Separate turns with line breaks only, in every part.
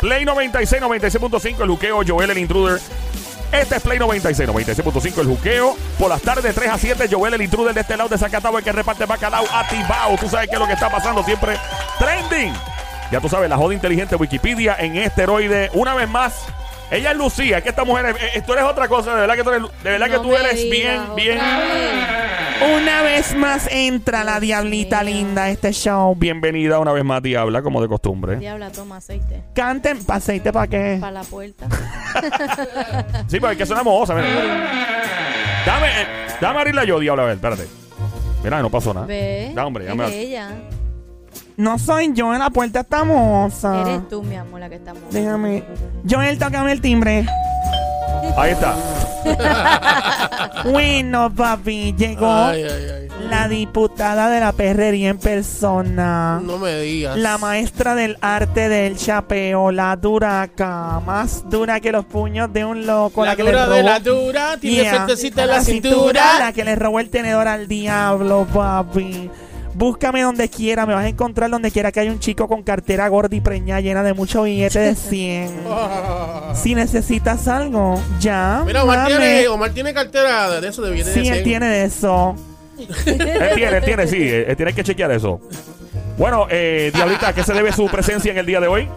Play 96, 96.5, el juqueo, Joel el intruder. Este es Play 96, 96.5, el juqueo. Por las tardes 3 a 7, Joel el intruder de este lado de Zacatau, el que reparte bacalao activado. Tú sabes qué es lo que está pasando siempre. Trending. Ya tú sabes, la joda inteligente Wikipedia en esteroide. Una vez más, ella es Lucía, que esta mujer, es- eh, eh, tú eres otra cosa, de verdad que tú eres, de verdad que
No
tú
me
eres
digas
bien,
otra
bien.
vez.
Una vez más entra la diablita linda a este show.
Bienvenida una vez más, Diabla, como de costumbre.
Diabla, toma aceite.
Canten, aceite para qué.
Para la puerta.
Sí, pero es que suena mohosa, mira. Dame, eh, dame abrirla yo, Diabla, a ver, espérate. Mira, no pasó nada.
Ve.
Da, hombre, ya
es
me-
ella.
No soy yo en la puerta esta moza.
Eres tú, mi amor, la que estamos.
Déjame. Joel, tócame el timbre.
Ahí está.
Bueno, papi, llegó
Ay, ay, ay.
la diputada de la perrería en persona.
No me digas.
La maestra del arte del chapeo, la duraca, más dura que los puños de un loco, la,
la
que
dura
le robó,
de la dura, tiene
Yeah.
suertecita en la,
La
cintura.
la que le robó el tenedor al diablo, papi. Búscame donde quiera, me vas a encontrar donde quiera que hay un chico con cartera gorda y preñada llena de muchos billetes de 100.
Ah.
si necesitas algo, ya.
Mira, Omar
mame.
tiene, Omar tiene cartera de de eso, de billetes de
Sí, él
100.
tiene de eso.
Él tiene, él tiene, sí, eh, eh, tienes que chequear eso. Bueno, eh, Diablita, ¿a qué se debe su presencia en el día de hoy?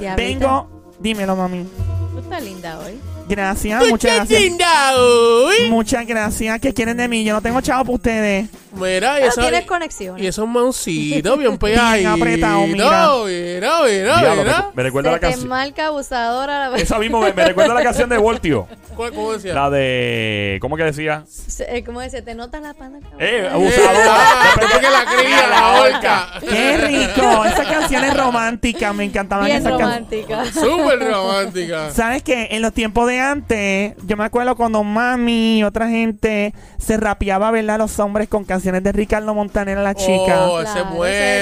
Diablita,
Vengo, dímelo, mami.
Tú estás linda hoy.
Gracias,
Tú ¿eh?
muchas
estás
gracias.
linda hoy.
Muchas gracias. ¿Qué quieren de mí? Yo no tengo chavo para ustedes.
Mira, y
Pero
eso.
tienes
Y
conexiones.
esos mancitos bien pegaditos.
apretado, mira.
Mira, mira,
Diablo, me,
mira.
me recuerda
Se
la
te
canción.
marca abusadora. La...
Esa mismo me, me recuerda la canción de Voltio.
¿Cuál- ¿Cómo decía?
La de. ¿Cómo que decía?
Se- eh, ¿Cómo dice? Te nota la pana. cabrón?
Eh,
Eh,
abusadora.
ah, después que la cría, la horca.
¡Qué rico! Esa canción es romántica. Me encantaban
Bien
esas canciones.
romántica.
Súper romántica.
¿Sabes qué? En los tiempos de antes, yo me acuerdo cuando mami y otra gente se rapeaba, ¿verdad? Los hombres con canciones de Ricardo Montaner a la chica.
Oh,
Claro,
ese es
ese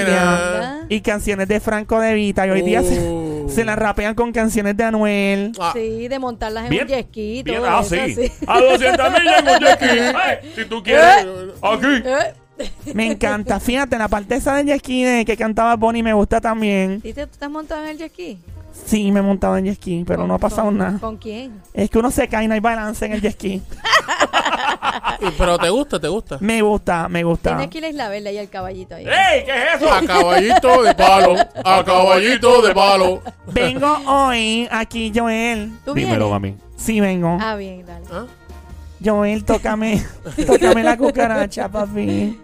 buena.
es
Y canciones de Franco de Vita. Y hoy día se,
Uh.
se las rapean con canciones de Anuel.
Ah,
Sí, de montarlas en
Bien,
un jet ski, todo
bien, ah,
eso,
sí.
así.
A 200 millas en un jet ski. Ay, si tú quieres, aquí.
Eh,
Me encanta. Fíjate, la parte esa de jet ski de que cantaba Bonnie me gusta también.
¿Viste? ¿Tú estás montado en el jet ski?
Sí, me he montado en jet ski, pero
¿Con-
no ha pasado
con-
nada.
¿Con quién?
Es que uno se cae y no hay balance en el jet ski.
y- Pero te gusta, te gusta.
Me gusta, me gusta.
Tienes que ir a Isla Verde y el caballito ahí.
¡Ey! ¿Qué es eso?
A caballito de palo. A caballito de palo.
Vengo hoy aquí, Joel.
¿Tú
Dímelo, mami.
vienes?
Sí, vengo.
Ah, bien, dale.
¿Ah?
Joel, tócame, tócame la cucaracha, papi.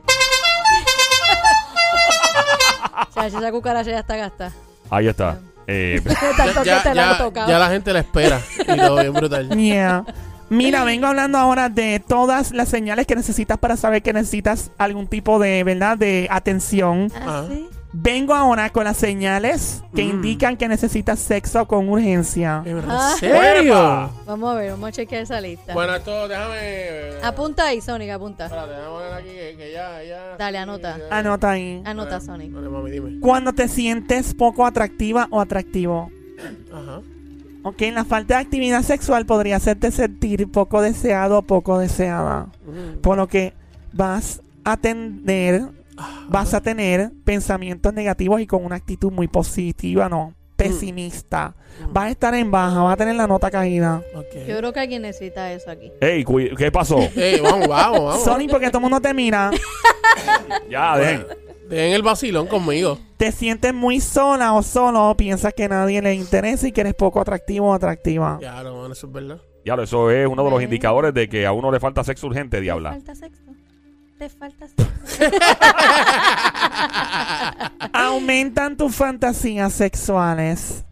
Chacho, esa cucaracha ya está gastada.
Ahí está. Eh,
Tanto
Ya,
que te la
ya-
han tocado.
ya la gente la espera. Y lo bien brutal.
Yeah. Mira, vengo hablando ahora de todas las señales que necesitas para saber que necesitas algún tipo de, ¿verdad?, de atención.
Ah,
Ajá.
sí.
Vengo ahora con las señales que indican que necesitas sexo con urgencia.
¿En serio?
Ah. Vamos a ver, vamos a chequear esa lista.
Bueno, esto pues, déjame.
Apunta ahí, Sonic, apunta.
Espérate, déjame poner aquí que, que ya, ya.
Dale, anota.
Ya-
Anota ahí.
Anota, Sonic.
Dale, mami, dime.
Cuando te sientes poco atractiva o atractivo.
Ajá.
Ok, la falta de actividad sexual podría hacerte sentir poco deseado o poco deseada.
Mm,
Por lo que vas a tener, vas a tener pensamientos negativos y con una actitud muy positiva,
Mm.
no, pesimista. Vas a estar en baja, vas a tener la nota caída.
Yo
Ok.
creo que alguien necesita eso aquí.
¡Ey! cuy- ¿Qué pasó?
Ey, vamos, vamos, vamos.
Sony, porque todo el mundo te mira,
Ya, dejen.
Dejen el vacilón conmigo.
te sientes muy sola o solo, piensas que nadie le interesa y que eres poco atractivo o atractiva.
Ya, no, mano, eso es verdad.
Ya, eso es uno de los indicadores de que a uno le falta sexo urgente,
Te
Diabla.
falta sexo. Te falta sexo.
Aumentan tus fantasías sexuales.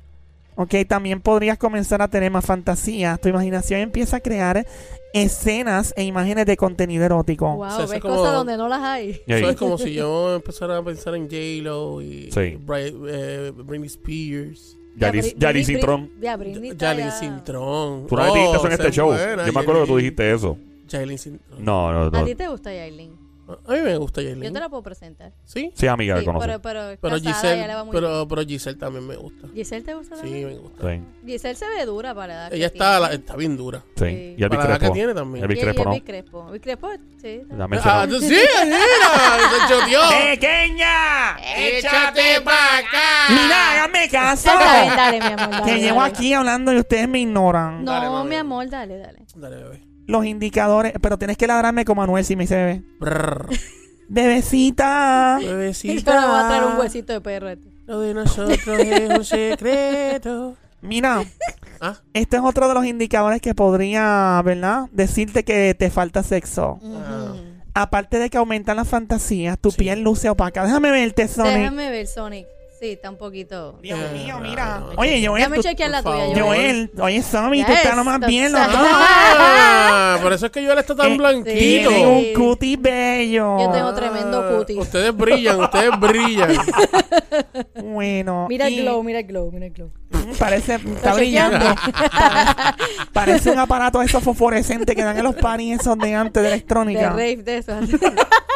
Ok, también podrías comenzar a tener más fantasías. Tu imaginación empieza a crear escenas e imágenes de contenido erótico.
Wow,
O sea, eso
ves
es como-
cosas donde no las hay.
Ey,
Eso es como si yo empezara a pensar en J-Lo y
Sí.
Bri- eh, Britney Spears.
Yaris- Yaris Cintrón.
Ya, Britney está
Jailin
ya-
Cintrón.
Tú no dijiste eso en este show. Yo me acuerdo que tú dijiste eso.
Jailin Cintrón.
No, no,
¿A
no.
ti te gusta Yailin?
A mí me gusta
Yo
Jailin.
te la puedo presentar.
Sí.
Sí, amiga, que
Sí,
conoce.
pero, pero, es
Pero
casada, ya
Giselle,
le va muy bien.
pero, pero Giselle también me gusta.
¿Giselle te gusta
Sí,
también?
me gusta.
Sí,
Giselle se ve dura para la edad que
Ella está,
tiene.
la- está bien dura.
sí. Y el
Para la edad que
Bicrepo.
tiene
El
también.
Y- y
Bicrepo,
el
¿no?
Vic Crespo. Vic Crespo, sí.
La
Ah,
mencionó.
tú- sí, mira, se choteó.
¡Pequeña!
Échate para acá.
Mira, caso
Está bien, dale, mi amor. dale,
que llevo
dale.
aquí hablando y ustedes me ignoran.
No,
Dale, mami.
mi amor, dale, dale.
Dale, bebé.
Los indicadores. Pero tienes que ladrarme como Manuel si me dice bebé. Bebecita.
Bebecita.
Esto nos va a traer un huesito de perro. este.
Lo de nosotros es un secreto.
Mira,
Ah.
este es otro de los indicadores que podría, ¿verdad? Decirte que te falta sexo.
Ujú.
Aparte de que aumentan las fantasías, tu
Sí.
piel luce opaca. Déjame verte, Sonic.
Déjame ver, Sonic. Sí, está un poquito.
Dios
Eh,
mío,
no,
mira.
no,
Oye, Joel,
Déjame
tú,
chequear la
por
tuya,
favor.
Joel.
Joel, oye, Sammy, tú
Yes,
estás lo más bien, lo
doctor.
Ah, por eso es que yo él está tan
Eh,
blanquito.
Tiene un
Sí.
cutis bello.
Yo tengo tremendo cutis.
Ah, Ustedes brillan, ustedes brillan.
Bueno.
Mira el
y
glow, mira el glow, mira el glow.
Parece, está
Está
brillando.
chequeando.
Parece un aparato de esos fosforescentes que dan en los paris esos de antes de
De
electrónica.
rave de eso.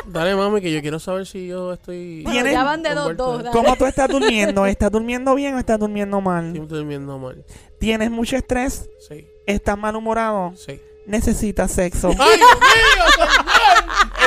Dale, mami, que yo quiero saber si yo estoy.
Tiene- Tienes-
Ya van de dos,
Humberto,
dos. dale.
¿Cómo tú estás durmiendo? ¿Estás durmiendo bien o estás durmiendo
Estoy
mal?
durmiendo mal.
¿Tienes mucho estrés?
Sí,
¿Estás malhumorado?
sí.
¿Necesitas sexo?
¡Ay,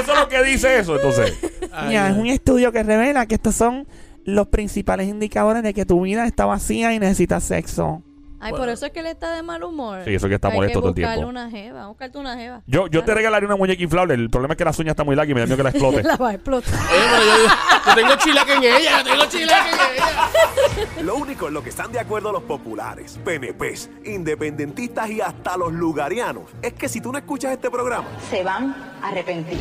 Eso es lo que dice eso, entonces.
Mira, es un estudio que revela que estos son los principales indicadores de que tu vida está vacía y necesitas sexo.
Ay, por
Bueno.
eso es que él está de mal humor.
Sí, eso que está
Hay
molesto todo el
buscarle
tiempo.
una jeva, vamos a buscarte una jeva.
Yo, yo te regalaría una muñeca inflable. El problema es que la uña está muy larga y me da miedo que la explote.
La va a explotar.
Oye, Eh, pero yo, yo tengo chilaca en ella, yo tengo chilaca en ella.
Lo único en lo que están de acuerdo los populares, PNPs, independentistas y hasta los lugarianos es que si tú no escuchas este programa,
se van a arrepentir.